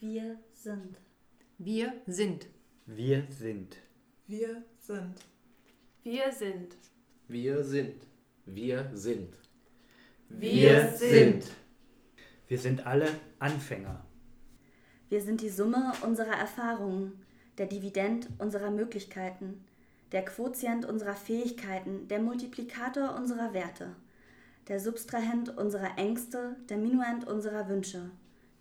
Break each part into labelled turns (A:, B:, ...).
A: Wir sind.
B: Wir sind.
C: Wir sind.
D: Wir sind.
E: Wir sind.
F: Wir sind. Wir sind.
E: Wir sind.
C: Wir sind alle Anfänger.
A: Wir sind die Summe unserer Erfahrungen, der Dividend unserer Möglichkeiten, der Quotient unserer Fähigkeiten, der Multiplikator unserer Werte, der Subtrahent unserer Ängste, der Minuend unserer Wünsche,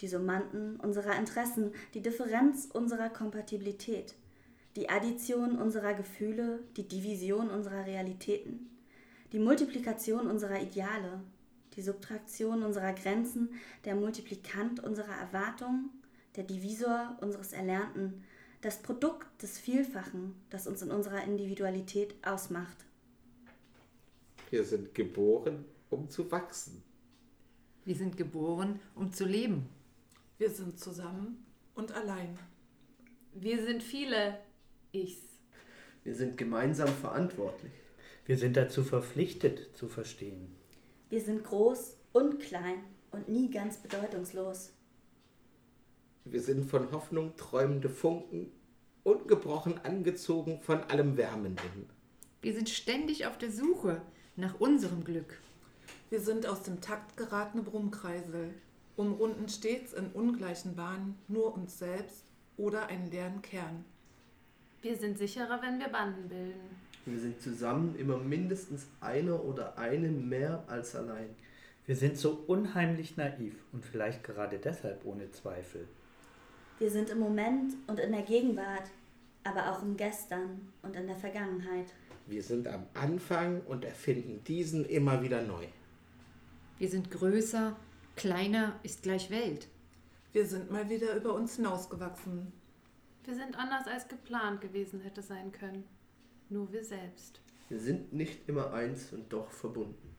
A: die Summanden unserer Interessen, die Differenz unserer Kompatibilität, die Addition unserer Gefühle, die Division unserer Realitäten, die Multiplikation unserer Ideale, die Subtraktion unserer Grenzen, der Multiplikant unserer Erwartungen, der Divisor unseres Erlernten, das Produkt des Vielfachen, das uns in unserer Individualität ausmacht.
F: Wir sind geboren, um zu wachsen.
B: Wir sind geboren, um zu leben.
D: Wir sind zusammen und allein.
E: Wir sind viele Ichs.
F: Wir sind gemeinsam verantwortlich.
C: Wir sind dazu verpflichtet zu verstehen.
A: Wir sind groß und klein und nie ganz bedeutungslos.
F: Wir sind von Hoffnung träumende Funken, ungebrochen angezogen von allem Wärmenden.
B: Wir sind ständig auf der Suche nach unserem Glück.
D: Wir sind aus dem Takt geratene Brummkreisel, umrunden stets in ungleichen Bahnen nur uns selbst oder einen leeren Kern.
E: Wir sind sicherer, wenn wir Banden bilden.
G: Wir sind zusammen immer mindestens einer oder eine mehr als allein.
C: Wir sind so unheimlich naiv und vielleicht gerade deshalb ohne Zweifel.
A: Wir sind im Moment und in der Gegenwart, aber auch im Gestern und in der Vergangenheit.
F: Wir sind am Anfang und erfinden diesen immer wieder neu.
B: Wir sind größer, kleiner ist gleich Welt.
D: Wir sind mal wieder über uns hinausgewachsen.
E: Wir sind anders als geplant gewesen hätte sein können. Nur wir selbst.
G: Wir sind nicht immer eins und doch verbunden.